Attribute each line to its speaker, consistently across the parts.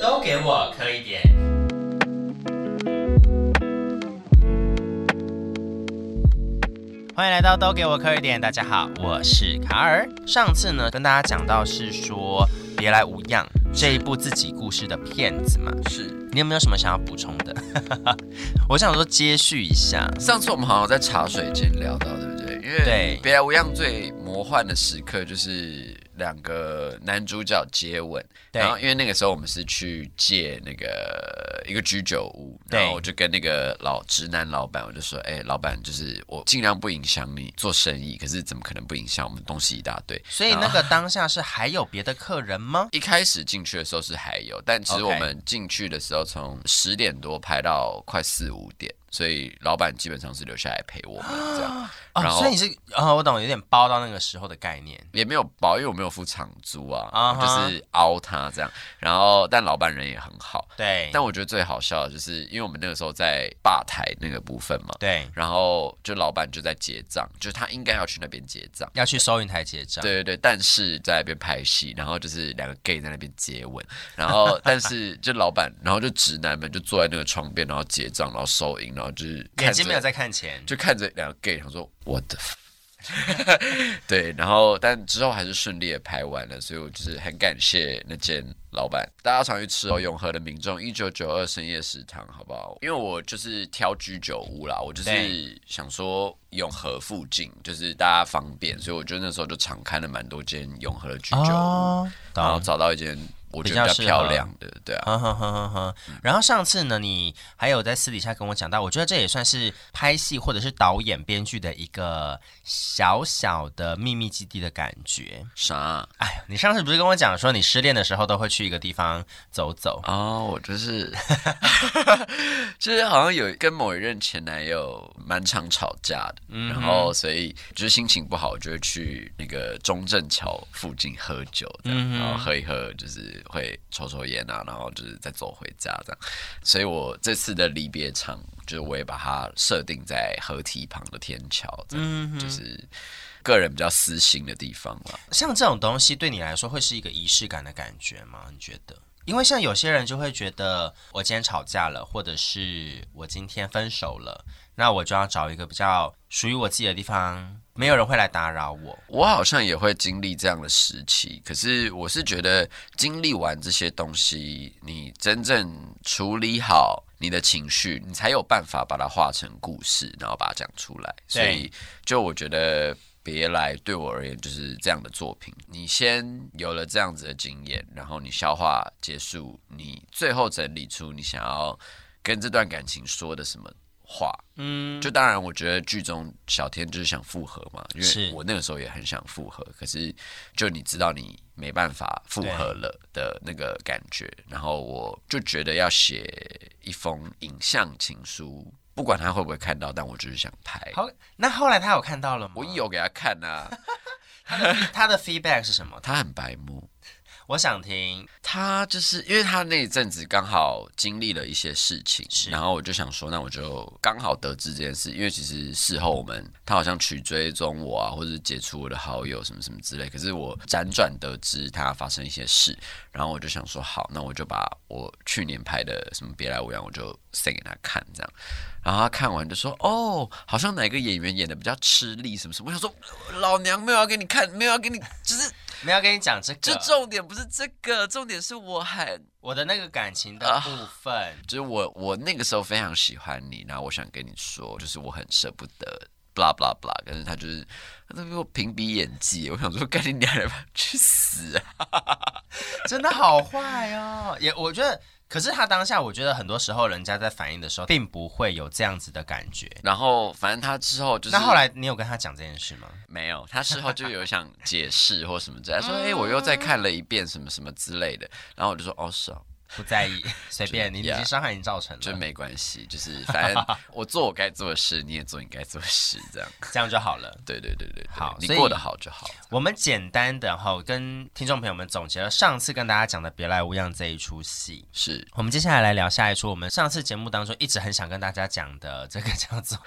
Speaker 1: 都给我磕一点。欢迎来到都给我磕一点，大家好，我是卡尔。上次呢，跟大家讲到是说《别来无恙》这一部自己故事的片子嘛，
Speaker 2: 是，
Speaker 1: 你有没有什么想要补充的？ 我想说接续一下，
Speaker 2: 上次我们好像在茶水间聊到，对不对？因为
Speaker 1: 对
Speaker 2: 《别来无恙》最魔幻的时刻就是两个男主角接吻，
Speaker 1: 对
Speaker 2: 然后因为那个时候我们是去借那个一个居酒屋，
Speaker 1: 对
Speaker 2: 然后我就跟那个老直男老板，我就说，哎、老板，就是我尽量不影响你做生意，可是怎么可能不影响？我们东西一大堆，
Speaker 1: 所以那个当下是还有别的客人吗？
Speaker 2: 一开始进去的时候是还有，但其实
Speaker 1: OK
Speaker 2: 我们进去的时候从十点多排到快四五点，所以老板基本上是留下来陪我们这样，
Speaker 1: 哦
Speaker 2: 然，后
Speaker 1: 所以你是哦，我懂，有点包到那个时候的概念。
Speaker 2: 也没有包，因为我没有付场租啊
Speaker 1: 啊
Speaker 2: 我
Speaker 1: 哈
Speaker 2: 就是凹他这样。然后但老板人也很好，
Speaker 1: 对，
Speaker 2: 但我觉得最好笑的就是因为我们那个时候在吧台那个部分嘛，
Speaker 1: 对，
Speaker 2: 然后就老板就在结账，就他应该要去那边结账。
Speaker 1: 要去收银台结账。
Speaker 2: 对对对，但是在那边拍戏，然后就是两个 gay 在那边接吻，然后但是就老板，然后就直男们就坐在那个窗边，然后结账，然后收银，然后就是看
Speaker 1: 眼睛
Speaker 2: 着
Speaker 1: 没有在看钱，
Speaker 2: 就看着两个 gay，想说我的。 对，然后但之后还是顺利的拍完了，所以我就是很感谢那间老板。大家常去吃哦，永和的民众一九九二深夜食堂，好不好？因为我就是挑居酒屋啦，我就是
Speaker 1: 对
Speaker 2: 想说永和附近就是大家方便，所以我觉得那时候就常看了蛮多间永和的居酒屋，
Speaker 1: 哦，懂
Speaker 2: 然后。找到一间我觉得
Speaker 1: 比较
Speaker 2: 比较
Speaker 1: 适合嗯
Speaker 2: 漂亮的，对啊，
Speaker 1: 哼哼哼哼哼。然后上次呢，你还有在私底下跟我讲到，我觉得这也算是拍戏或者是导演、编剧的一个小小的秘密基地的感觉。
Speaker 2: 啥？
Speaker 1: 哎呀，你上次不是跟我讲说，你失恋的时候都会去一个地方走走？
Speaker 2: 哦，我就是， 就是好像有跟某一任前男友蛮常吵架的，然后所以就是心情不好，就会去那个中正桥附近喝酒，
Speaker 1: 嗯
Speaker 2: 这样，然后喝一喝，就是会抽抽烟啊，然后就是再走回家这样。所以我这次的离别场，就是我也把它设定在河堤旁的天桥，这
Speaker 1: 嗯
Speaker 2: 样，就是个人比较私心的地方了。
Speaker 1: 像这种东西对你来说会是一个仪式感的感觉吗？你觉得？因为像有些人就会觉得，我今天吵架了，或者是我今天分手了，那我就要找一个比较属于我自己的地方，没有人会来打扰我。
Speaker 2: 我好像也会经历这样的时期，可是我是觉得经历完这些东西，你真正处理好你的情绪，你才有办法把它化成故事，然后把它讲出来。所以，就我觉得。别来对我而言就是这样的作品。你先有了这样子的经验，然后你消化结束，你最后整理出你想要跟这段感情说的什么话，
Speaker 1: 嗯，
Speaker 2: 就当然，我觉得剧中小天就是想复合嘛，因
Speaker 1: 是
Speaker 2: 为我那个时候也很想复合，可是就你知道你没办法复合了的那个感觉，然后我就觉得要写一封影像情书，不管他会不会看到，但我就是想拍。
Speaker 1: 好，那后来他有看到了吗？
Speaker 2: 我有给他看啊，
Speaker 1: 他的 feedback 是什么？
Speaker 2: 他很白目，
Speaker 1: 我想听。
Speaker 2: 他就是因为他那一阵子刚好经历了一些事情
Speaker 1: 是，
Speaker 2: 然后我就想说，那我就刚好得知这件事，因为其实事后我们他好像去追踪我啊，或者是解除我的好友什么什么之类，可是我辗转得知他发生一些事，然后我就想说，好，那我就把我去年拍的什么《别来无恙》，我就塞给他看这样，然后他看完就说，哦，好像哪个演员演的比较吃力什么什么，我想说，老娘没有要给你看，没有要给你，就是
Speaker 1: 没有跟你讲这
Speaker 2: 就
Speaker 1: 个，
Speaker 2: 重点不是这个，重点是我很。
Speaker 1: 我的那个感情的部分，
Speaker 2: 就是我我那个时候非常喜欢你，然后我想跟你说，就是我很舍不得，blah blah blah，但是他就是他都给我评比演技，我想说干你娘的 吧，去死啊！
Speaker 1: 真的好坏哦。也我觉得，可是他当下，我觉得很多时候人家在反应的时候，并不会有这样子的感觉。
Speaker 2: 然后反正他之后就是
Speaker 1: 那后来你有跟他讲这件事吗？
Speaker 2: 没有，他事后就有想解释或什么之类，他说哎、诶我又
Speaker 1: 嗯
Speaker 2: 再看了一遍什么什么之类的，然后我就说哦是哦，
Speaker 1: 不在意，随便你，已
Speaker 2: Yeah
Speaker 1: 经伤害已经造成
Speaker 2: 就
Speaker 1: 了，
Speaker 2: 没关系， 就是反正我做我该做的事，你也做你该做的事，这样。
Speaker 1: 这样就好了。
Speaker 2: 对对对对，对
Speaker 1: 好
Speaker 2: 你
Speaker 1: 所以
Speaker 2: 过得好就好。
Speaker 1: 我们简单的哈跟听众朋友们总结了上次跟大家讲的《别来无恙》这一出戏，
Speaker 2: 是
Speaker 1: 我们接下来来聊下一出我们上次节目当中一直很想跟大家讲的这个叫做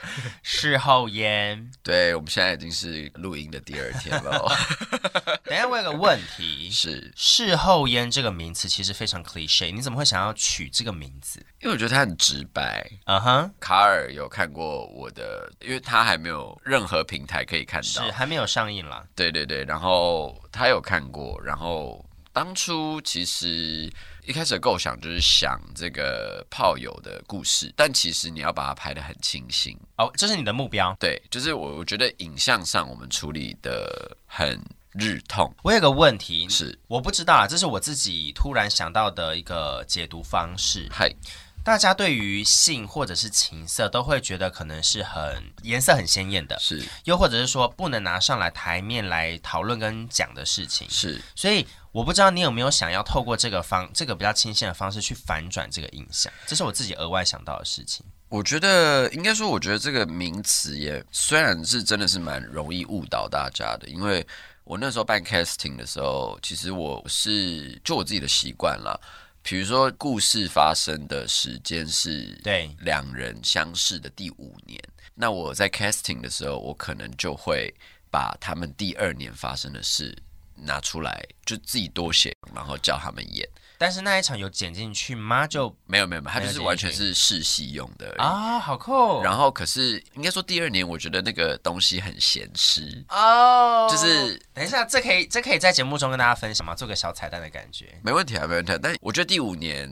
Speaker 1: 事后烟。
Speaker 2: 对，我们现在已经是录音的第二天了哦。
Speaker 1: 等一下我有个问题，
Speaker 2: 是
Speaker 1: 事后烟这个名词其实非常 cliche，你怎么会想要取这个名字？
Speaker 2: 因为我觉得他很直白。
Speaker 1: 嗯哼，
Speaker 2: 卡尔有看过我的，因为他还没有任何平台可以看
Speaker 1: 是
Speaker 2: 到。
Speaker 1: 还没有上映啦。
Speaker 2: 对对对，然后他有看过，然后当初其实一开始的构想就是想这个炮友的故事，但其实你要把它拍得很清新。
Speaker 1: 哦，这是你的目标。
Speaker 2: 对，就是我我觉得影像上我们处理的很日痛，
Speaker 1: 我有个问题，
Speaker 2: 是
Speaker 1: 我不知道啊，这是我自己突然想到的一个解读方式。
Speaker 2: 嗨，
Speaker 1: 大家对于性或者是情色都会觉得可能是很颜色很鲜艳的，
Speaker 2: 是
Speaker 1: 又或者是说不能拿上来台面来讨论跟讲的事情。
Speaker 2: 是，
Speaker 1: 所以我不知道你有没有想要透过这个方这个比较清新的方式去反转这个印象，这是我自己额外想到的事情。
Speaker 2: 我觉得应该说，我觉得这个名词也虽然是真的是蛮容易误导大家的，因为我那时候办 casting 的时候，其实我是就我自己的习惯啦，比如说故事发生的时间是
Speaker 1: 对
Speaker 2: 两人相识的第五年，那我在 casting 的时候，我可能就会把他们第二年发生的事拿出来，就自己多写，然后叫他们演。
Speaker 1: 但是那一场有剪进去吗？就
Speaker 2: 没有没有没有，他
Speaker 1: 没
Speaker 2: 就
Speaker 1: 有
Speaker 2: 是
Speaker 1: 进
Speaker 2: 完全
Speaker 1: 去
Speaker 2: 是试戏用的而已。
Speaker 1: 啊，好酷
Speaker 2: 然后可是应该说第二年，我觉得那个东西很咸湿，
Speaker 1: 哦
Speaker 2: 就是
Speaker 1: 等一下，这可以这可以在节目中跟大家分享吗？做个小彩蛋的感觉。
Speaker 2: 没问题啊，没问题、啊。但我觉得第五年。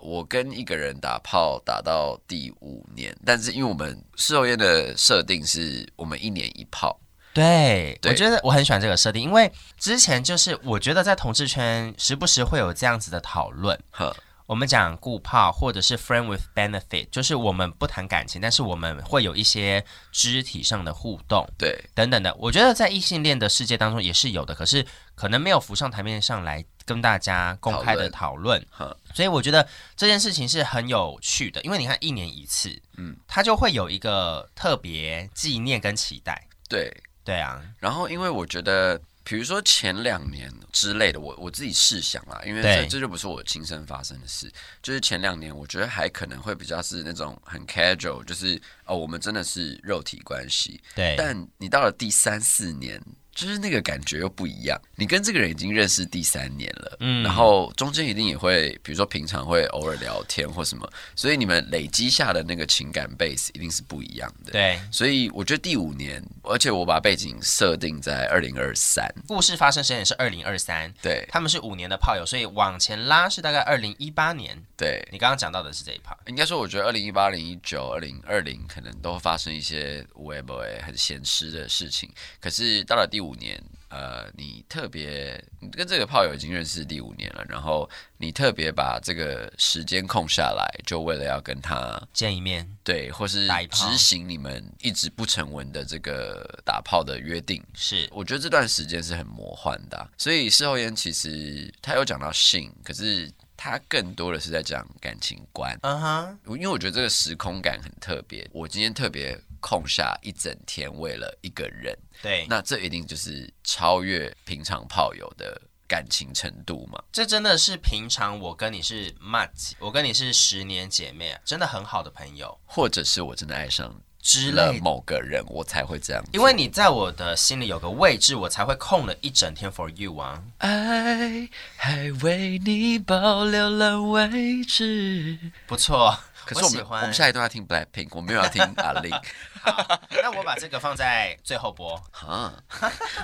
Speaker 2: 我跟一个人打炮打到第五年，但是因为我们事后烟的设定是我们一年一炮，
Speaker 1: 对，
Speaker 2: 对
Speaker 1: 我觉得我很喜欢这个设定，因为之前就是我觉得在同志圈时不时会有这样子的讨论。
Speaker 2: 呵，
Speaker 1: 我们讲顾炮或者是 friend with benefit，就是我们不谈感情，但是我们会有一些肢体上的互动。
Speaker 2: 对，
Speaker 1: 等等的，我觉得在异性恋的世界当中也是有的，可是可能没有浮上台面上来跟大家公开的讨论
Speaker 2: 讨论，
Speaker 1: 所以我觉得这件事情是很有趣的，因为你看一年一次，嗯，它就会有一个特别纪念跟期待，
Speaker 2: 对。
Speaker 1: 对啊，
Speaker 2: 然后因为我觉得，比如说前两年之类的，我我自己试想啦，因为这
Speaker 1: 对
Speaker 2: 这就不是我亲身发生的事，就是前两年我觉得还可能会比较是那种很 casual，就是哦，我们真的是肉体关系，
Speaker 1: 对，
Speaker 2: 但你到了第三四年，就是那个感觉又不一样。你跟这个人已经认识第三年了，
Speaker 1: 嗯
Speaker 2: 然后中间一定也会，比如说平常会偶尔聊天或什么，所以你们累积下的那个情感 base 一定是不一样的。
Speaker 1: 对，
Speaker 2: 所以我觉得第五年，而且我把背景设定在二零二三，
Speaker 1: 故事发生时间也是二零二三，
Speaker 2: 对
Speaker 1: 他们是五年的炮友，所以往前拉是大概二零一八年，
Speaker 2: 对，
Speaker 1: 你刚刚讲到的是这一 part，
Speaker 2: 应该说我觉得二零一八、二零一九、二零二零可能都发生一些无微不微很闲湿的事情，可是到了第五年，呃，你特别你跟这个炮友已经认识第五年了，然后你特别把这个时间空下来，就为了要跟他
Speaker 1: 见一面，
Speaker 2: 对，或是
Speaker 1: 打一炮
Speaker 2: 执行你们一直不成文的这个打炮的约定，
Speaker 1: 是
Speaker 2: 我觉得这段时间是很魔幻的啊、所以事后烟其实他有讲到性，可是他更多的是在讲感情观。
Speaker 1: 嗯哼，
Speaker 2: 因为我觉得这个时空感很特别，我今天特别空下一整天为了一个人，
Speaker 1: 对，
Speaker 2: 那这一定就是超越平常炮友的感情程度嘛。
Speaker 1: 这真的是平常我跟你是 much，我跟你是十年姐妹，真的很好的朋友
Speaker 2: 或者是我真的爱上
Speaker 1: 之
Speaker 2: 了
Speaker 1: 类的。
Speaker 2: 某个人，我才会这样做。
Speaker 1: 因为你在我的心里有个位置，我才会空了一整天 for you 啊。
Speaker 2: 爱还为你保留了位置。
Speaker 1: 不错，
Speaker 2: 可是我们
Speaker 1: 喜欢。
Speaker 2: 我们下一段要听 Blackpink，我没有要 听阿令
Speaker 1: 那我把这个放在最后播，
Speaker 2: 啊，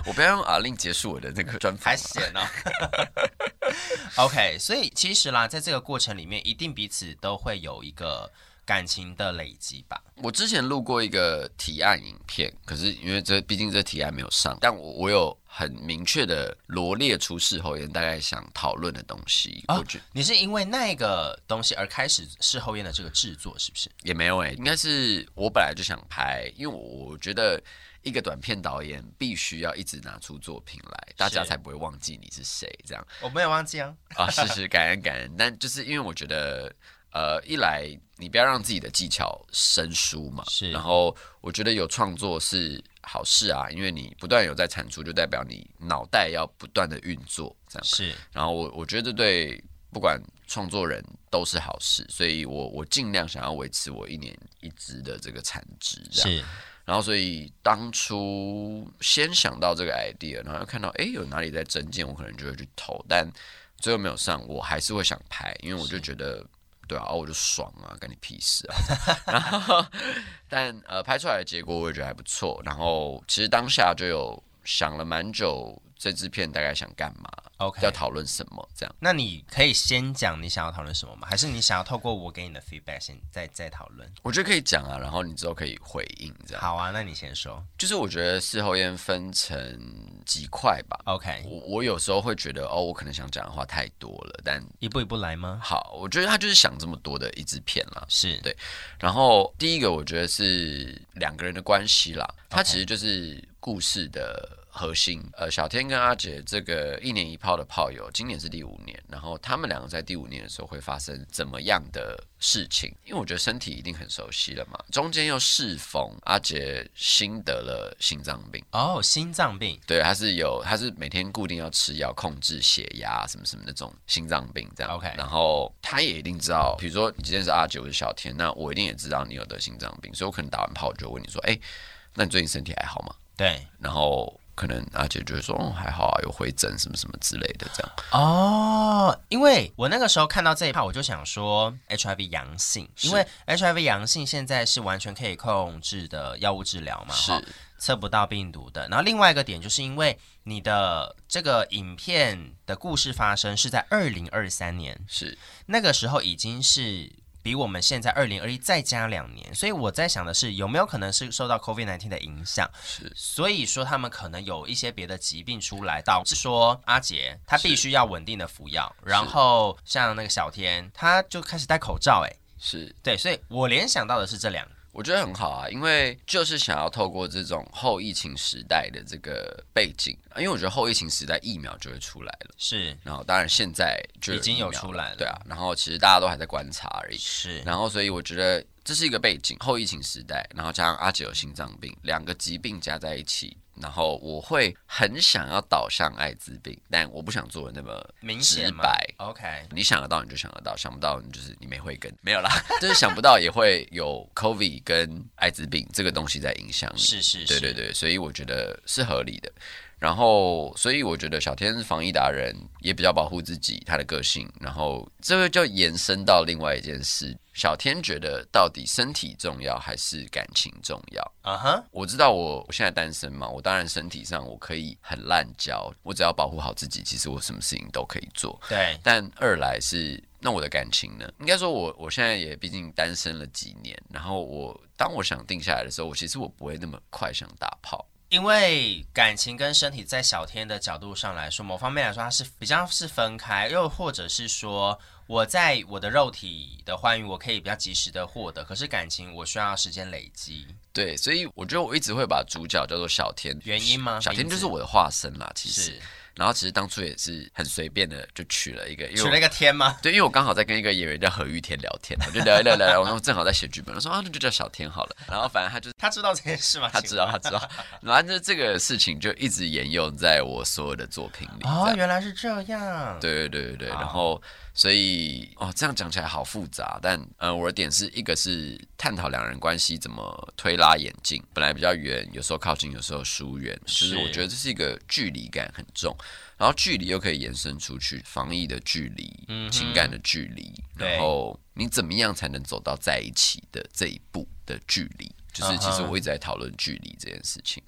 Speaker 2: 我不要用阿令结束我的那个专访
Speaker 1: 还
Speaker 2: 啊。
Speaker 1: 写 呢。OK，所以其实啦，在这个过程里面，一定彼此都会有一个感情的累积吧。
Speaker 2: 我之前录过一个提案影片，可是因为这毕竟这提案没有上，但我我有很明确的罗列出事后言大概想讨论的东西，
Speaker 1: 哦
Speaker 2: 我觉得
Speaker 1: 你是因为那个东西而开始事后宴的这个制作，是不是？
Speaker 2: 也没有诶、应该是我本来就想拍，因为我我觉得一个短片导演必须要一直拿出作品来，大家才不会忘记你是谁这样
Speaker 1: 我没有忘记啊。
Speaker 2: 啊，是是感恩感恩，但就是因为我觉得。呃，一来你不要让自己的技巧生疏嘛，
Speaker 1: 是
Speaker 2: 然后我觉得有创作是好事啊，因为你不断有在产出，就代表你脑袋要不断的运作这样。
Speaker 1: 是，
Speaker 2: 然后我我觉得对不管创作人都是好事，所以我我尽量想要维持我一年一支的这个产值这样。
Speaker 1: 是
Speaker 2: 然后所以当初先想到这个 idea，然后又看到诶有哪里在增建，我可能就会去投，但。最后没有上，我还是会想拍，因为我就觉得。对啊，哦我就爽啊，干你屁事啊！ 然后，但呃，拍出来的结果我也觉得还不错。然后，其实当下就有想了蛮久，这支片大概想干嘛，
Speaker 1: OK，
Speaker 2: 要讨论什么这样。
Speaker 1: 那你可以先讲你想要讨论什么吗？还是你想要透过我给你的 feedback 先再再讨论？
Speaker 2: 我觉得可以讲啊，然后你之后可以回应这样。
Speaker 1: 好啊，那你先说。
Speaker 2: 就是我觉得事后烟分成几块吧。
Speaker 1: OK，
Speaker 2: 我我有时候会觉得哦，我可能想讲的话太多了，但
Speaker 1: 一步一步来吗？
Speaker 2: 好，我觉得他就是想这么多的一支片啦。
Speaker 1: 是
Speaker 2: 对然后第一个我觉得是两个人的关系啦，它其实就是故事的核心。呃，小天跟阿杰这个一年一炮的炮友，今年是第五年，然后他们两个在第五年的时候会发生怎么样的事情？因为我觉得身体一定很熟悉了嘛，中间又适逢阿杰新得了心脏病。
Speaker 1: 哦，心脏病
Speaker 2: 对，他是有，他是每天固定要吃药控制血压什么什么那种心脏病这样。
Speaker 1: OK
Speaker 2: 然后他也一定知道，比如说你今天是阿九，我是小天，那我一定也知道你有得心脏病，所以我可能打完炮我就问你说，哎，那你最近身体还好吗？
Speaker 1: 对
Speaker 2: 然后可能阿姐就会说，哦，还好啊，有回诊什么什么之类的这样。
Speaker 1: 哦，因为我那个时候看到这一趴，我就想说 HIV 阳性，因为 HIV 阳性现在是完全可以控制的药物治疗嘛，
Speaker 2: 是
Speaker 1: 哈测不到病毒的。然后另外一个点就是因为你的这个影片的故事发生是在二零二三年，
Speaker 2: 是，
Speaker 1: 那个时候已经是比我们现在二零二一再加两年，所以我在想的是有没有可能是受到 COVID 1 9的影响，
Speaker 2: 是
Speaker 1: 所以说他们可能有一些别的疾病出来，导致说阿杰他必须要稳定的服药，然后像那个小天他就开始戴口罩，哎，
Speaker 2: 是，
Speaker 1: 对，所以我联想到的是这两个，
Speaker 2: 我觉得很好啊，因为就是想要透过这种后疫情时代的这个背景，因为我觉得后疫情时代疫苗就会出来了。
Speaker 1: 是
Speaker 2: 然后当然现在就
Speaker 1: 已经有
Speaker 2: 疫苗
Speaker 1: 出来了
Speaker 2: 对啊。然后其实大家都还在观察而已。
Speaker 1: 是
Speaker 2: 然后所以我觉得这是一个背景，后疫情时代，然后加上阿杰有心脏病，两个疾病加在一起，然后我会很想要导向艾滋病，但我不想做的那么
Speaker 1: 明
Speaker 2: 直
Speaker 1: 显嘛
Speaker 2: 白。
Speaker 1: ，OK，
Speaker 2: 你想得到你就想得到，想不到你就是你没慧根，没有啦，就是想不到也会有 COVID 跟艾滋病这个东西在影响你。
Speaker 1: 是是是，
Speaker 2: 对对对，所以我觉得是合理的。然后，所以我觉得小天是防疫达人，也比较保护自己，他的个性。然后，这个就延伸到另外一件事，小天觉得到底身体重要还是感情重要？
Speaker 1: 嗯哼，
Speaker 2: 我知道我我现在单身嘛，我当然身体上我可以很滥交，我只要保护好自己，其实我什么事情都可以做。
Speaker 1: 对，
Speaker 2: 但二来是，那我的感情呢？应该说我，我现在也毕竟单身了几年，然后我当我想定下来的时候，我其实我不会那么快想打炮。
Speaker 1: 因为感情跟身体在小天的角度上来说，某方面来说，它是比较是分开，又或者是说，我在我的肉体的欢愉，我可以比较及时的获得，可是感情我需要时间累积。
Speaker 2: 对，所以我觉得我一直会把主角叫做小天，
Speaker 1: 原因吗
Speaker 2: 小天
Speaker 1: 名字
Speaker 2: 就是我的化身啦，其实
Speaker 1: 是。
Speaker 2: 然后其实当初也是很随便的就取了一个，因为
Speaker 1: 取了
Speaker 2: 我
Speaker 1: 一个天吗？
Speaker 2: 对，因为我刚好在跟一个演员叫何玉天聊天，我就聊一聊聊一聊，然后正好在写剧本，我说啊，那就叫小天好了。然后反正他就
Speaker 1: 他知道这件事吗？
Speaker 2: 他知道 他知道，反正这个事情就一直沿用在我所有的作品里。
Speaker 1: 请问。
Speaker 2: 这
Speaker 1: 哦，
Speaker 2: 样
Speaker 1: 原来是这样。
Speaker 2: 对对对对对，
Speaker 1: 好
Speaker 2: 然后所以哦，这样讲起来好复杂，但呃，我的点是一个是探讨两人关系怎么推拉演进，本来比较远，有时候靠近，有时候疏远，就是
Speaker 1: 是
Speaker 2: 我觉得这是一个距离感很重，然后距离又可以延伸出去，防疫的距离，
Speaker 1: 嗯哼
Speaker 2: 情感的距离，
Speaker 1: 对
Speaker 2: 然后你怎么样才能走到在一起的这一步的距离，就是其实
Speaker 1: 嗯哼
Speaker 2: 我一直在讨论距离这件事情。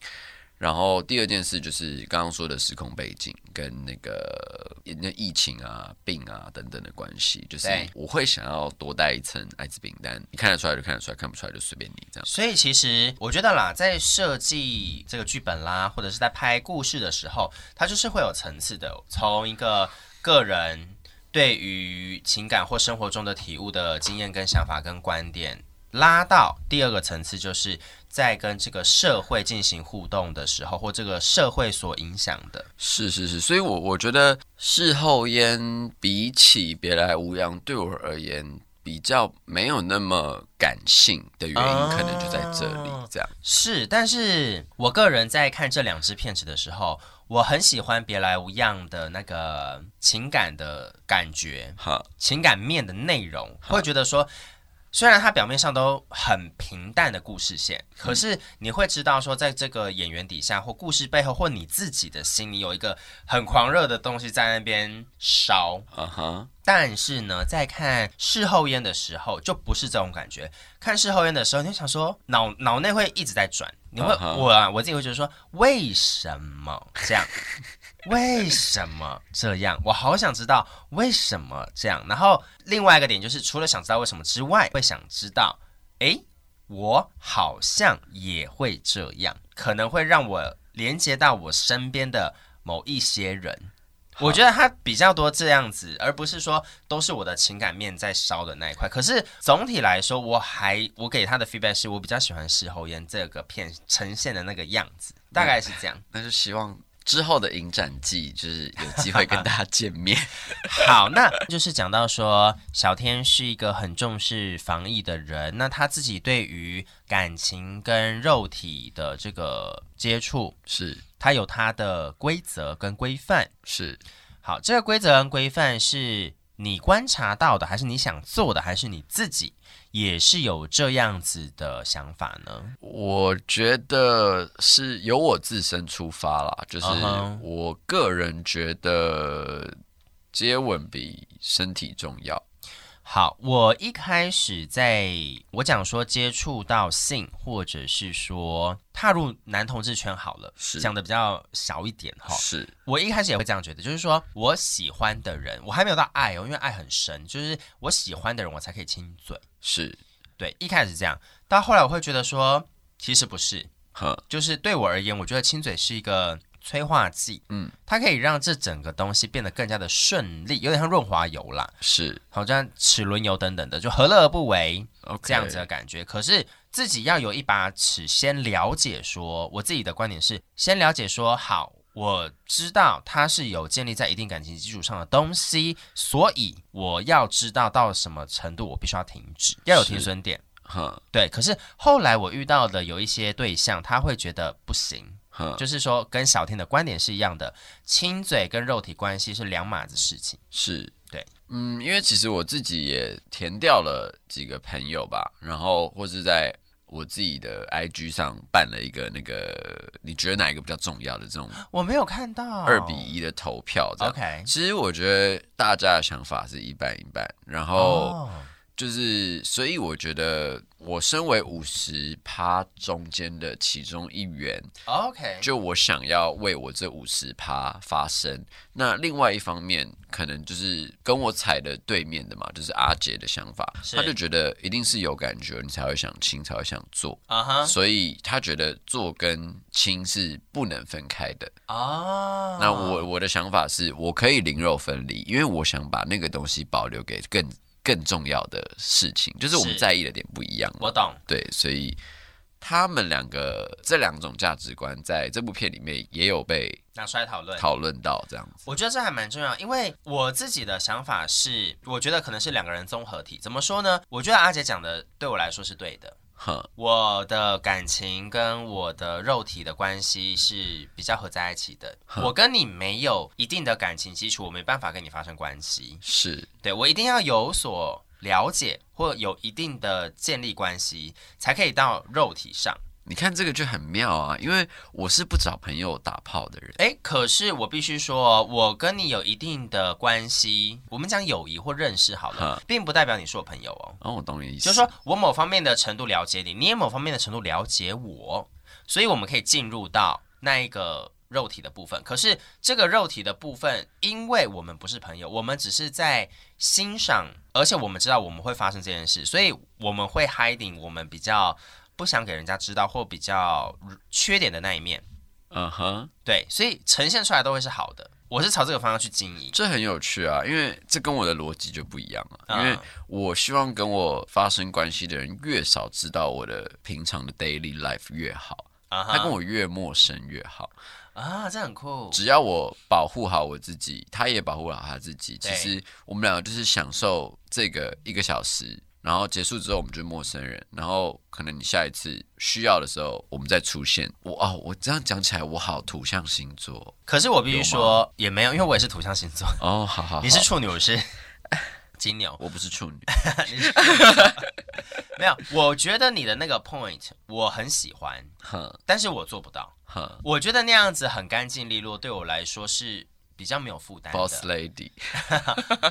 Speaker 2: 然后第二件事就是刚刚说的时空背景跟那个那疫情啊、病啊等等的关系，就是
Speaker 1: 对
Speaker 2: 我会想要多带一层艾滋病，但你看得出来就看得出来，看不出来就随便你这样。
Speaker 1: 所以其实我觉得啦，在设计这个剧本啦，或者是在拍故事的时候，它就是会有层次的，从一个个人对于情感或生活中的体悟的经验、跟想法、跟观点，拉到第二个层次，就是在跟这个社会进行互动的时候，或这个社会所影响的。
Speaker 2: 是是是，所以我我觉得事后烟比起别来无恙，对我而言比较没有那么感性的原因，
Speaker 1: 啊
Speaker 2: 可能就在这里这样。
Speaker 1: 是，但是我个人在看这两支片子的时候，我很喜欢《别来无恙》的那个情感的感觉。
Speaker 2: 好，
Speaker 1: 情感面的内容，会觉得说，虽然它表面上都很平淡的故事线，可是你会知道说，在这个演员底下，或故事背后，或你自己的心里有一个很狂热的东西在那边烧。
Speaker 2: 啊哈，
Speaker 1: 但是呢，在看事后烟的时候，就不是这种感觉。看事后烟的时候，你就想说，脑脑内会一直在转，你会、
Speaker 2: 啊哈
Speaker 1: 我啊我自己会觉得说，为什么这 样？为什么这样？我好想知道为什么这样。然后另外一个点就是，除了想知道为什么之外，会想知道，诶，我好像也会这样，可能会让我连接到我身边的某一些人。我觉得他比较多这样子，而不是说都是我的情感面在烧的那一块。可是总体来说，我还我给他的 feedback 是我比较喜欢事后烟这个片呈现的那个样子，大概是这样。
Speaker 2: 那就希望之后的影展季就是有机会跟大家见面。
Speaker 1: 好，那就是讲到说，小天是一个很重视防疫的人，那他自己对于感情跟肉体的这个接触，
Speaker 2: 是
Speaker 1: 他有他的规则跟规范。
Speaker 2: 是，
Speaker 1: 好，这个规则跟规范是你观察到的，还是你想做的，还是你自己也是有这样子的想法呢？
Speaker 2: 我觉得是由我自身出发啦，就是
Speaker 1: 嗯哼
Speaker 2: 我个人觉得接吻比身体重要。
Speaker 1: 好，我一开始在我讲说接触到性，或者是说踏入男同志圈好了，
Speaker 2: 是
Speaker 1: 讲的比较小一点哈。
Speaker 2: 是
Speaker 1: 我一开始也会这样觉得，就是说我喜欢的人，我还没有到爱哦，因为爱很深，就是我喜欢的人，我才可以亲嘴。
Speaker 2: 是，
Speaker 1: 对，一开始这样，到后来我会觉得说，其实不是，
Speaker 2: 呵，
Speaker 1: 就是对我而言，我觉得亲嘴是一个催化剂，
Speaker 2: 嗯，
Speaker 1: 它可以让这整个东西变得更加的顺利，有点像润滑油啦，
Speaker 2: 是
Speaker 1: 好像齿轮油等等的，就何乐而不为？
Speaker 2: OK
Speaker 1: 这样子的感觉。可是自己要有一把尺，先了解说，我自己的观点是，先了解说，好，我知道它是有建立在一定感情基础上的东西，所以我要知道到什么程度，我必须要停止，要有停损点。
Speaker 2: 呵
Speaker 1: 对，可是后来我遇到的有一些对象，他会觉得不行，
Speaker 2: 呵，
Speaker 1: 就是说跟小天的观点是一样的，亲嘴跟肉体关系是两码子事情。
Speaker 2: 是
Speaker 1: 对，
Speaker 2: 嗯，因为其实我自己也填掉了几个朋友吧，然后或是在我自己的 IG 上办了一个那个你觉得哪一个比较重要的这种
Speaker 1: 我没有看到
Speaker 2: 二比一的投票这样。
Speaker 1: ，OK，
Speaker 2: 其实我觉得大家的想法是一半一半，然后
Speaker 1: 哦，
Speaker 2: 就是，所以我觉得我身为五十趴中间的其中一员，
Speaker 1: ，OK，
Speaker 2: 就我想要为我这五十趴发声。那另外一方面，可能就是跟我踩的对面的嘛，就是阿杰的想法，
Speaker 1: 是
Speaker 2: 他就觉得一定是有感觉，你才会想亲，才会想做，
Speaker 1: 啊哈，
Speaker 2: 所以他觉得做跟亲是不能分开的。
Speaker 1: 哦，
Speaker 2: 那我我的想法是我可以零肉分离，因为我想把那个东西保留给更更重要的事情，就是我们
Speaker 1: 是
Speaker 2: 在意的点不一样嘛。
Speaker 1: 我懂，
Speaker 2: 对，所以他们两个这两种价值观在这部片里面也有被
Speaker 1: 拿出来讨论。
Speaker 2: 讨论到，这样子。
Speaker 1: 我觉得这还蛮重要，因为我自己的想法是，我觉得可能是两个人综合体。怎么说呢？我觉得阿姐讲的对我来说是对的。
Speaker 2: 哼，
Speaker 1: 我的感情跟我的肉体的关系是比较合在一起的。我跟你没有一定的感情基础，我没办法跟你发生关系。
Speaker 2: 是
Speaker 1: 对我一定要有所了解，或有一定的建立关系，才可以到肉体上。
Speaker 2: 你看这个就很妙啊，因为我是不找朋友打炮的人。
Speaker 1: 哎，可是我必须说，我跟你有一定的关系，我们讲友谊或认识好了
Speaker 2: 哈，
Speaker 1: 并不代表你是我朋友哦。
Speaker 2: 哦，我懂你的意思，
Speaker 1: 就是说我某方面的程度了解你，你也某方面的程度了解我，所以我们可以进入到那一个肉体的部分。可是这个肉体的部分，因为我们不是朋友，我们只是在欣赏，而且我们知道我们会发生这件事，所以我们会 hiding 我们比较不想给人家知道或比较缺点的那一面。
Speaker 2: 嗯哼，
Speaker 1: 对，所以呈现出来都会是好的。我是朝这个方向去经营。
Speaker 2: 这很有趣啊，因为这跟我的逻辑就不一样啊，因为
Speaker 1: 啊
Speaker 2: 我希望跟我发生关系的人越少知道我的平常的 daily life 越好，
Speaker 1: 啊哈，
Speaker 2: 他跟我越陌生越好。
Speaker 1: 啊，这很酷。
Speaker 2: 只要我保护好我自己，他也保护好他自己，其
Speaker 1: 对
Speaker 2: 实我们两个就是享受这个一个小时，然后结束之后我们就是陌生人，然后可能你下一次需要的时候我们再出现。我哦，我这样讲起来我好土象星座
Speaker 1: 可是我必须说，也没有，因为我也是土象星座。
Speaker 2: 哦，好好 好
Speaker 1: 你是处女，我是金牛。
Speaker 2: 我不是处女，
Speaker 1: 没有，我觉得你的那个 point 我很喜欢，
Speaker 2: 哼
Speaker 1: 但是我做不到。
Speaker 2: 哼
Speaker 1: 我觉得那样子很干净利落，对我来说是比较没有负担的。
Speaker 2: ，Boss Lady，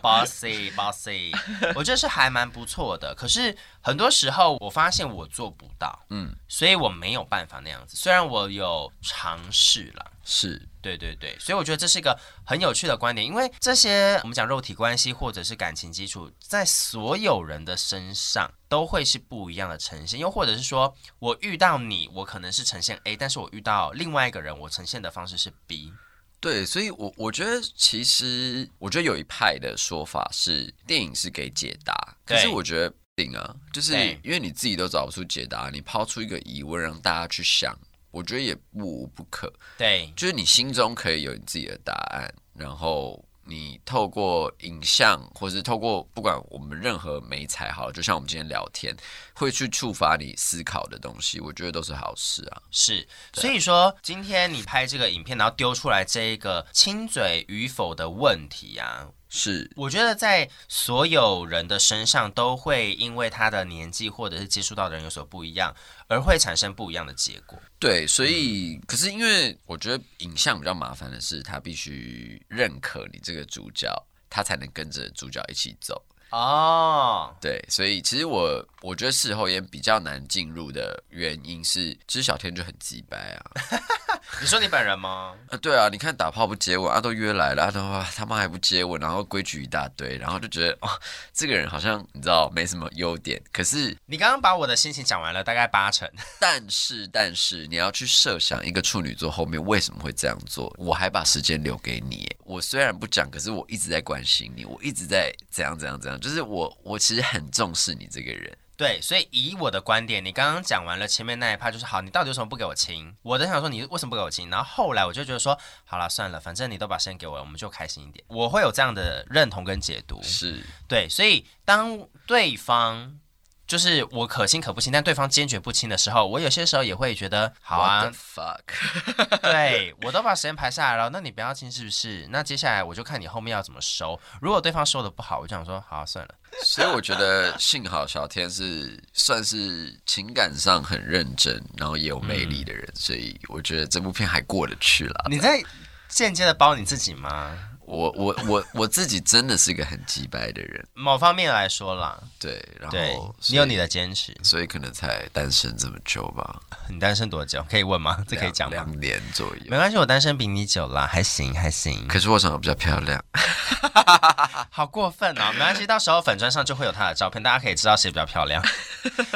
Speaker 1: bossy bossy，我 觉得是还蛮不错的。可是很多时候我发现我做不到，
Speaker 2: 嗯，
Speaker 1: 所以我没有办法那样子。虽然我有尝试了。
Speaker 2: 是
Speaker 1: 对对对，所以我觉得这是一个很有趣的观点，因为这些我们讲肉体关系或者是感情基础，在所有人的身上都会是不一样的呈现，又或者是说我遇到你，我可能是呈现 A，但是我遇到另外一个人，我呈现的方式是 B。
Speaker 2: 对，所以我我觉得其实我觉得有一派的说法是电影是给解答，可是
Speaker 1: 对
Speaker 2: 我觉得不一定啊，就是
Speaker 1: 对
Speaker 2: 因为你自己都找不出解答，你抛出一个疑问让大家去想，我觉得也不无不可。
Speaker 1: 对
Speaker 2: 就是你心中可以有你自己的答案，然后你透过影像，或是透过不管我们任何媒材好了，就像我们今天聊天，会去触发你思考的东西，我觉得都是好事啊。
Speaker 1: 是，所以说今天你拍这个影片，然后丢出来这一个亲嘴与否的问题啊，
Speaker 2: 是
Speaker 1: 我觉得在所有人的身上都会因为他的年纪或者是接触到的人有所不一样，而会产生不一样的结果。
Speaker 2: 对，所以、可是因为我觉得影像比较麻烦的是，它必须认可你这个主角，他才能跟着主角一起走。
Speaker 1: 哦，
Speaker 2: 对，所以其实我我觉得事后也比较难进入的原因是，其实小天就很鸡掰啊。
Speaker 1: 你说你本人吗？
Speaker 2: 啊，对啊，你看打炮不接吻啊，都约来了，啊、他妈他妈还不接吻，然后规矩一大堆，然后就觉得哦，这个人好像你知道没什么优点，可是
Speaker 1: 你刚刚把我的心情讲完了，大概八成。
Speaker 2: 但是但是你要去设想一个处女座后面为什么会这样做，我还把时间留给你，我虽然不讲，可是我一直在关心你，我一直在怎样怎样怎样，就是我我其实很重视你这个人，
Speaker 1: 对，所以以我的观点，你刚刚讲完了前面那一趴，就是好，你到底为什么不给我亲？我在想说你为什么不给我亲，然后后来我就觉得说，好了，算了，反正你都把时间给我了，我们就开心一点。我会有这样的认同跟解读。
Speaker 2: 是
Speaker 1: 对，所以当对方就是我可亲可不亲，但对方坚决不亲的时候，我有些时候也会觉得，好啊
Speaker 2: What，the，fuck，
Speaker 1: 对我都把时间排下来了，那你不要亲是不是？那接下来我就看你后面要怎么收。如果对方收的不好，我就想说，好、啊算了。
Speaker 2: 所以我觉得幸好小天是算是情感上很认真，然后也有魅力的人，
Speaker 1: 嗯
Speaker 2: 所以我觉得这部片还过得去了。
Speaker 1: 你在间接的包你自己吗？
Speaker 2: 我我我我自己真的是个很鸡掰的人，
Speaker 1: 某方面来说啦，
Speaker 2: 对，然
Speaker 1: 对
Speaker 2: 后
Speaker 1: 你有你
Speaker 2: 的，
Speaker 1: 的坚持。
Speaker 2: 所以可能才单身这么久吧，
Speaker 1: 你单身多久？可以问吗？这可以讲吗？
Speaker 2: 两两年左右。
Speaker 1: 没关系，我单身比你久啦，还行还行。
Speaker 2: 可是我长得比较漂亮，
Speaker 1: 好过分 啊！没关系，到时候粉砖上就会有她的照片，大家可以知道谁比较 漂亮。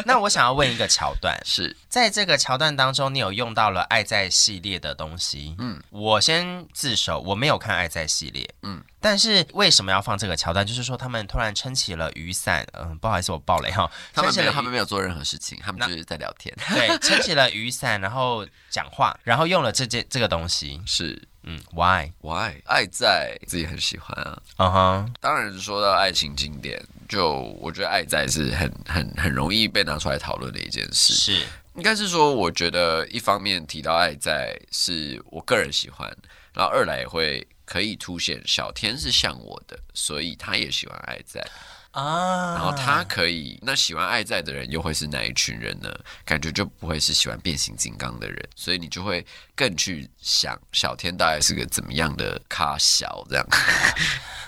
Speaker 1: 那我想要问一个桥段，
Speaker 2: 是
Speaker 1: 在这个桥段当中，你有用到了爱在系列的东西。嗯，我先自首，我没有看爱在系列。嗯
Speaker 2: 嗯，
Speaker 1: 但是为什么要放这个桥段？就是说他们突然撑起了雨伞，嗯、不好意思，我爆雷哈。
Speaker 2: 他们没有，
Speaker 1: 撑起
Speaker 2: 他
Speaker 1: 了雨
Speaker 2: 们没有做任何事情，他们就是在聊天。
Speaker 1: 对，撑起了雨伞，然后讲话，然后用了这件这个东西。
Speaker 2: 是
Speaker 1: 嗯，why？
Speaker 2: why 爱在自己很喜欢啊，
Speaker 1: 嗯哼，
Speaker 2: 当然，说到爱情经典，就我觉得《爱在》是很很很容易被拿出来讨论的一件事。
Speaker 1: 是
Speaker 2: 应该是说，我觉得一方面提到《爱在》是我个人喜欢，然后二来也会可以凸显小天是像我的，所以他也喜欢《爱在》，
Speaker 1: 啊，
Speaker 2: 然后他可以那喜欢《爱在》的人又会是哪一群人呢？感觉就不会是喜欢变形金刚的人，所以你就会更去想小天大概是个怎么样的咖小这样。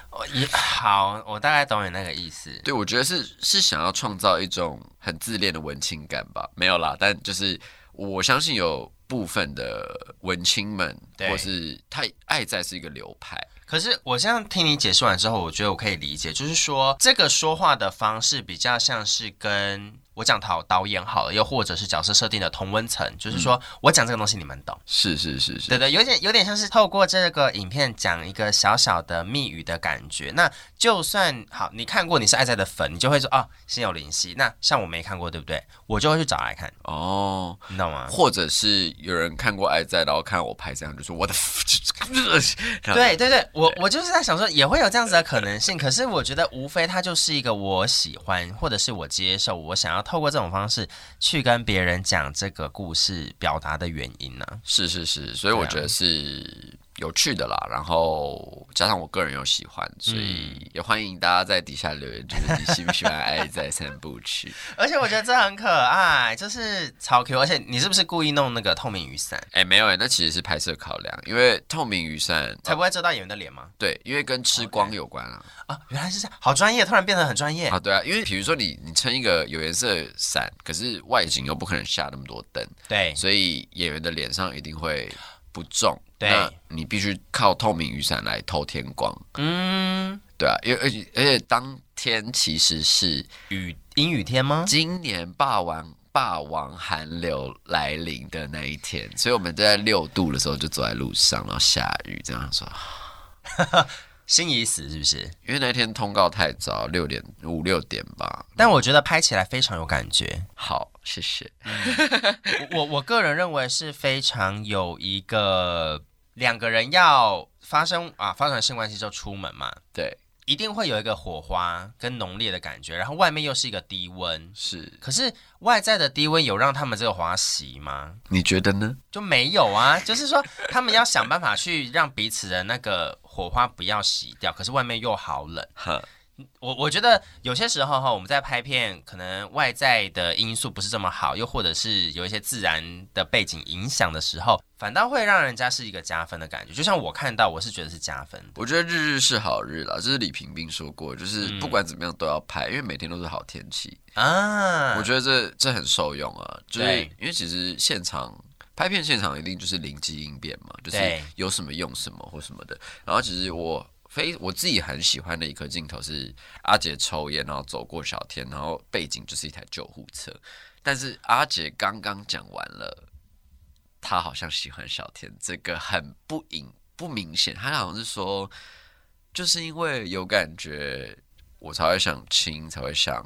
Speaker 1: 哦也好，我大概懂你那个意思。
Speaker 2: 对，我觉得是是想要创造一种很自恋的文青感吧，没有啦，但就是我相信有部分的文青们，
Speaker 1: 对
Speaker 2: 或是他爱在是一个流派，
Speaker 1: 可是我这样听你解释完之后，我觉得我可以理解，就是说这个说话的方式比较像是跟我讲导导演好了，又或者是角色设定的同温层，就是说、我讲这个东西你们懂，
Speaker 2: 是是是是，
Speaker 1: 对对，有点有点像是透过这个影片讲一个小小的密语的感觉。那就算好，你看过你是爱在的粉，你就会说哦，心有灵犀。那像我没看过，对不对？我就会去找来看，
Speaker 2: 哦，
Speaker 1: 你懂吗？
Speaker 2: 或者是有人看过爱在，然后看我拍这样就说我的，然后
Speaker 1: 对对对，我我就是在想说，也会有这样子的可能性。可是我觉得，无非它就是一个我喜欢，或者是我接受，我想要透过这种方式去跟别人讲这个故事表达的原因呢、啊
Speaker 2: 是是是，所以我
Speaker 1: 对啊
Speaker 2: 觉得是有趣的啦，然后加上我个人又喜欢，所以
Speaker 1: 嗯
Speaker 2: 也欢迎大家在底下留言，就是你喜不 喜欢《爱在三部曲》
Speaker 1: 而且我觉得这很可爱，就是超 Q。而且你是不是故意弄那个透明雨伞，
Speaker 2: 哎，没有哎、那其实是拍摄考量，因为透明雨伞，
Speaker 1: 才不会遮到演员的脸吗？
Speaker 2: 对，因为跟吃光有关啊。
Speaker 1: 啊，原来是这样，好专业，突然变得很专业。
Speaker 2: 啊，对啊，因为比如说你你撑一个有颜色的伞，可是外景又不可能下那么多灯，
Speaker 1: 对，
Speaker 2: 所以演员的脸上一定会不重。
Speaker 1: 对
Speaker 2: 那你必须靠透明雨伞来透天光，
Speaker 1: 嗯，
Speaker 2: 对啊，因为而且而且当天其实是
Speaker 1: 雨阴雨天吗？
Speaker 2: 今年霸王霸王寒流来临的那一天，所以我们在六度的时候就走在路上，然后下雨，这样说，
Speaker 1: 心已死是不是？
Speaker 2: 因为那天通告太早，六点五六点吧。
Speaker 1: 但我觉得拍起来非常有感觉。
Speaker 2: 好，谢谢。
Speaker 1: 我我我个人认为是非常有一个两个人要发生啊发生性关系就出门嘛，
Speaker 2: 对，
Speaker 1: 一定会有一个火花跟浓烈的感觉，然后外面又是一个低温。
Speaker 2: 是，
Speaker 1: 可是外在的低温有让他们这个滑席吗？
Speaker 2: 你觉得呢？
Speaker 1: 就没有啊，就是说他们要想办法去让彼此的那个火花不要熄掉，可是外面又好冷。
Speaker 2: 哈，
Speaker 1: 我我觉得有些时候哈，我们在拍片，可能外在的因素不是这么好，又或者是有一些自然的背景影响的时候，反倒会让人家是一个加分的感觉。就像我看到，我是觉得是加分的。
Speaker 2: 我觉得日日是好日啦，这是李平斌说过，就是不管怎么样都要拍，因为每天都是好天气。
Speaker 1: 啊，
Speaker 2: 我觉得这这很受用啊，就是
Speaker 1: 对
Speaker 2: 因为其实现场拍片现场一定就是灵机应变嘛，就是
Speaker 1: 对
Speaker 2: 有什么用什么或什么的。然后其实我非我自己很喜欢的一颗镜头是阿杰抽烟，然后走过小天，然后背景就是一台救护车，但是阿杰刚刚讲完了，他好像喜欢小天，这个很不隐不明显，他好像是说，就是因为有感觉，我才会想亲，才会想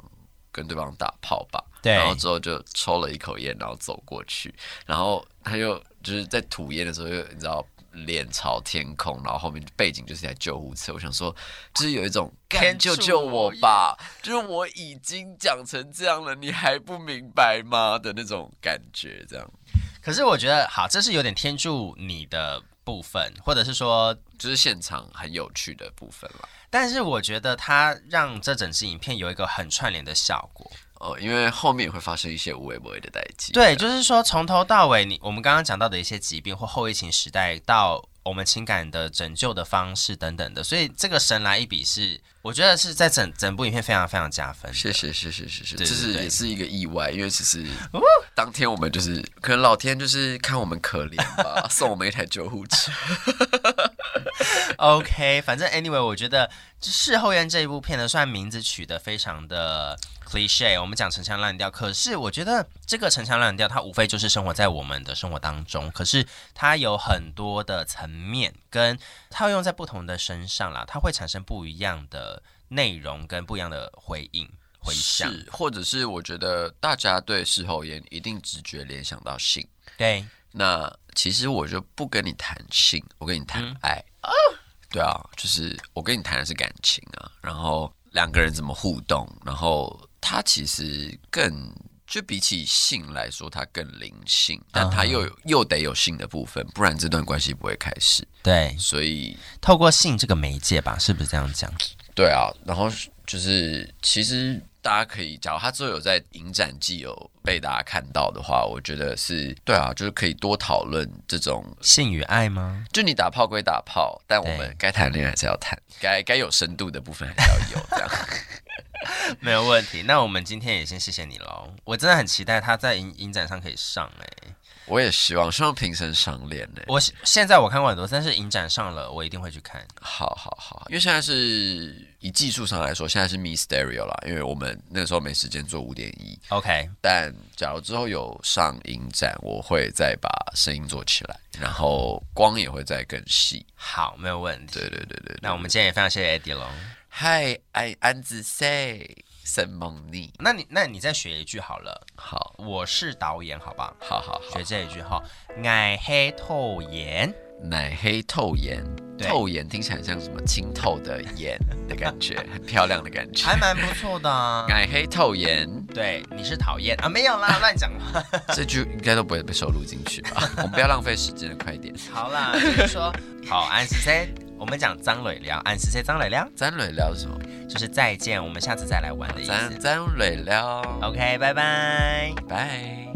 Speaker 2: 跟对方打炮吧。
Speaker 1: 对
Speaker 2: 然后之后就抽了一口烟，然后走过去，然后他就就是在吐烟的时候就，你知道。脸朝天空，然后后面背景就是一台救护车。我想说，就是有一种干
Speaker 1: 天
Speaker 2: 救
Speaker 1: 助
Speaker 2: 救
Speaker 1: 我
Speaker 2: 我吧，就是我已经讲成这样了，你还不明白吗的那种感觉，这样
Speaker 1: 可是我觉得好，这是有点天助你的部分，或者是说，
Speaker 2: 就是现场很有趣的部分啦。
Speaker 1: 但是我觉得它让这整支影片有一个很串联的效果。
Speaker 2: 哦，因为后面也会发生一些无微不微的代际。
Speaker 1: 对，就是说从头到尾，你我们刚刚讲到的一些疾病或后疫情时代到。我们情感的拯救的方式等等的，所以这个神来一笔是，我觉得是在整整部影片非常非常加分。
Speaker 2: 谢谢谢谢谢谢，
Speaker 1: 对
Speaker 2: 这是
Speaker 1: 对对哦
Speaker 2: 也是一个意外，因为其实当天我们就是可能老天就是看我们可怜 吧，送我们一台救护车。
Speaker 1: OK，反正 anyway，我觉得《事后院》这一部片呢，虽然名字取得非常的 cliche，我们讲陈腔滥调，可是我觉得这个陈腔滥调，它无非就是生活在我们的生活当中，可是它有很多的层面，跟它会用在不同的身上啦，它会产生不一样的内容跟不一样的回应回响。
Speaker 2: 是，或者是我觉得大家对事后烟一定直觉联想到性，
Speaker 1: 对，
Speaker 2: 那其实我就不跟你谈性，我跟你谈爱。对啊，就是我跟你谈的是感情啊，然后两个人怎么互动，然后它其实更就比起性来说，它更灵性，但它又有、又得有性的部分，不然这段关系不会开始。
Speaker 1: 对，
Speaker 2: 所以，
Speaker 1: 透过性这个媒介吧，是不是这样讲？
Speaker 2: 对啊，然后就是其实大家可以，假如他之后有在影展季有被大家看到的话，我觉得是对啊，就是可以多讨论这种
Speaker 1: 性与爱吗？
Speaker 2: 就你打炮归打炮，但我
Speaker 1: 对
Speaker 2: 们该谈恋爱还是要谈，该该有深度的部分还是要有，这样
Speaker 1: 没有问题，那我们今天也先谢谢你喽。我真的很期待他在影影展上可以上哎、
Speaker 2: 我也希望，希望平生相恋呢、
Speaker 1: 我现在我看过很多，但是影展上了，我一定会去看。
Speaker 2: 好好好，因为现在是以技术上来说，现在是 Mysterio 啦，因为我们那时候没时间做五点一，
Speaker 1: OK，
Speaker 2: 但假如之后有上影展，我会再把声音做起来，然后光也会再更细。
Speaker 1: 好，没有问题。
Speaker 2: 对对对对，
Speaker 1: 那我们今天也非常谢谢 Eddie 喽。
Speaker 2: 嗨，安安子 say 沈梦妮，
Speaker 1: 那你那你再学一句好了，
Speaker 2: 好，
Speaker 1: 我是导演，好吧？
Speaker 2: 好好好
Speaker 1: 学，这一句哈，爱黑透眼。
Speaker 2: 奶黑透盐，
Speaker 1: 对
Speaker 2: 透盐听起来像什么清 透的盐的感觉，很漂亮的感觉
Speaker 1: 还。蛮不错的啊、
Speaker 2: 奶黑透盐，
Speaker 1: 对，你是讨厌啊？没有啦，乱讲话。
Speaker 2: 这句应该都不会被收录进去吧？我们不要浪费时间了，快一点。
Speaker 1: 好啦，就是 说，好，安十 C，我们讲脏磊聊，安十 C 脏磊聊
Speaker 2: 咱蕊聊什么？
Speaker 1: 就是再见，我们下次再来玩的意
Speaker 2: 咱
Speaker 1: 思。
Speaker 2: 咱蕊聊，
Speaker 1: OK，拜拜。
Speaker 2: 拜。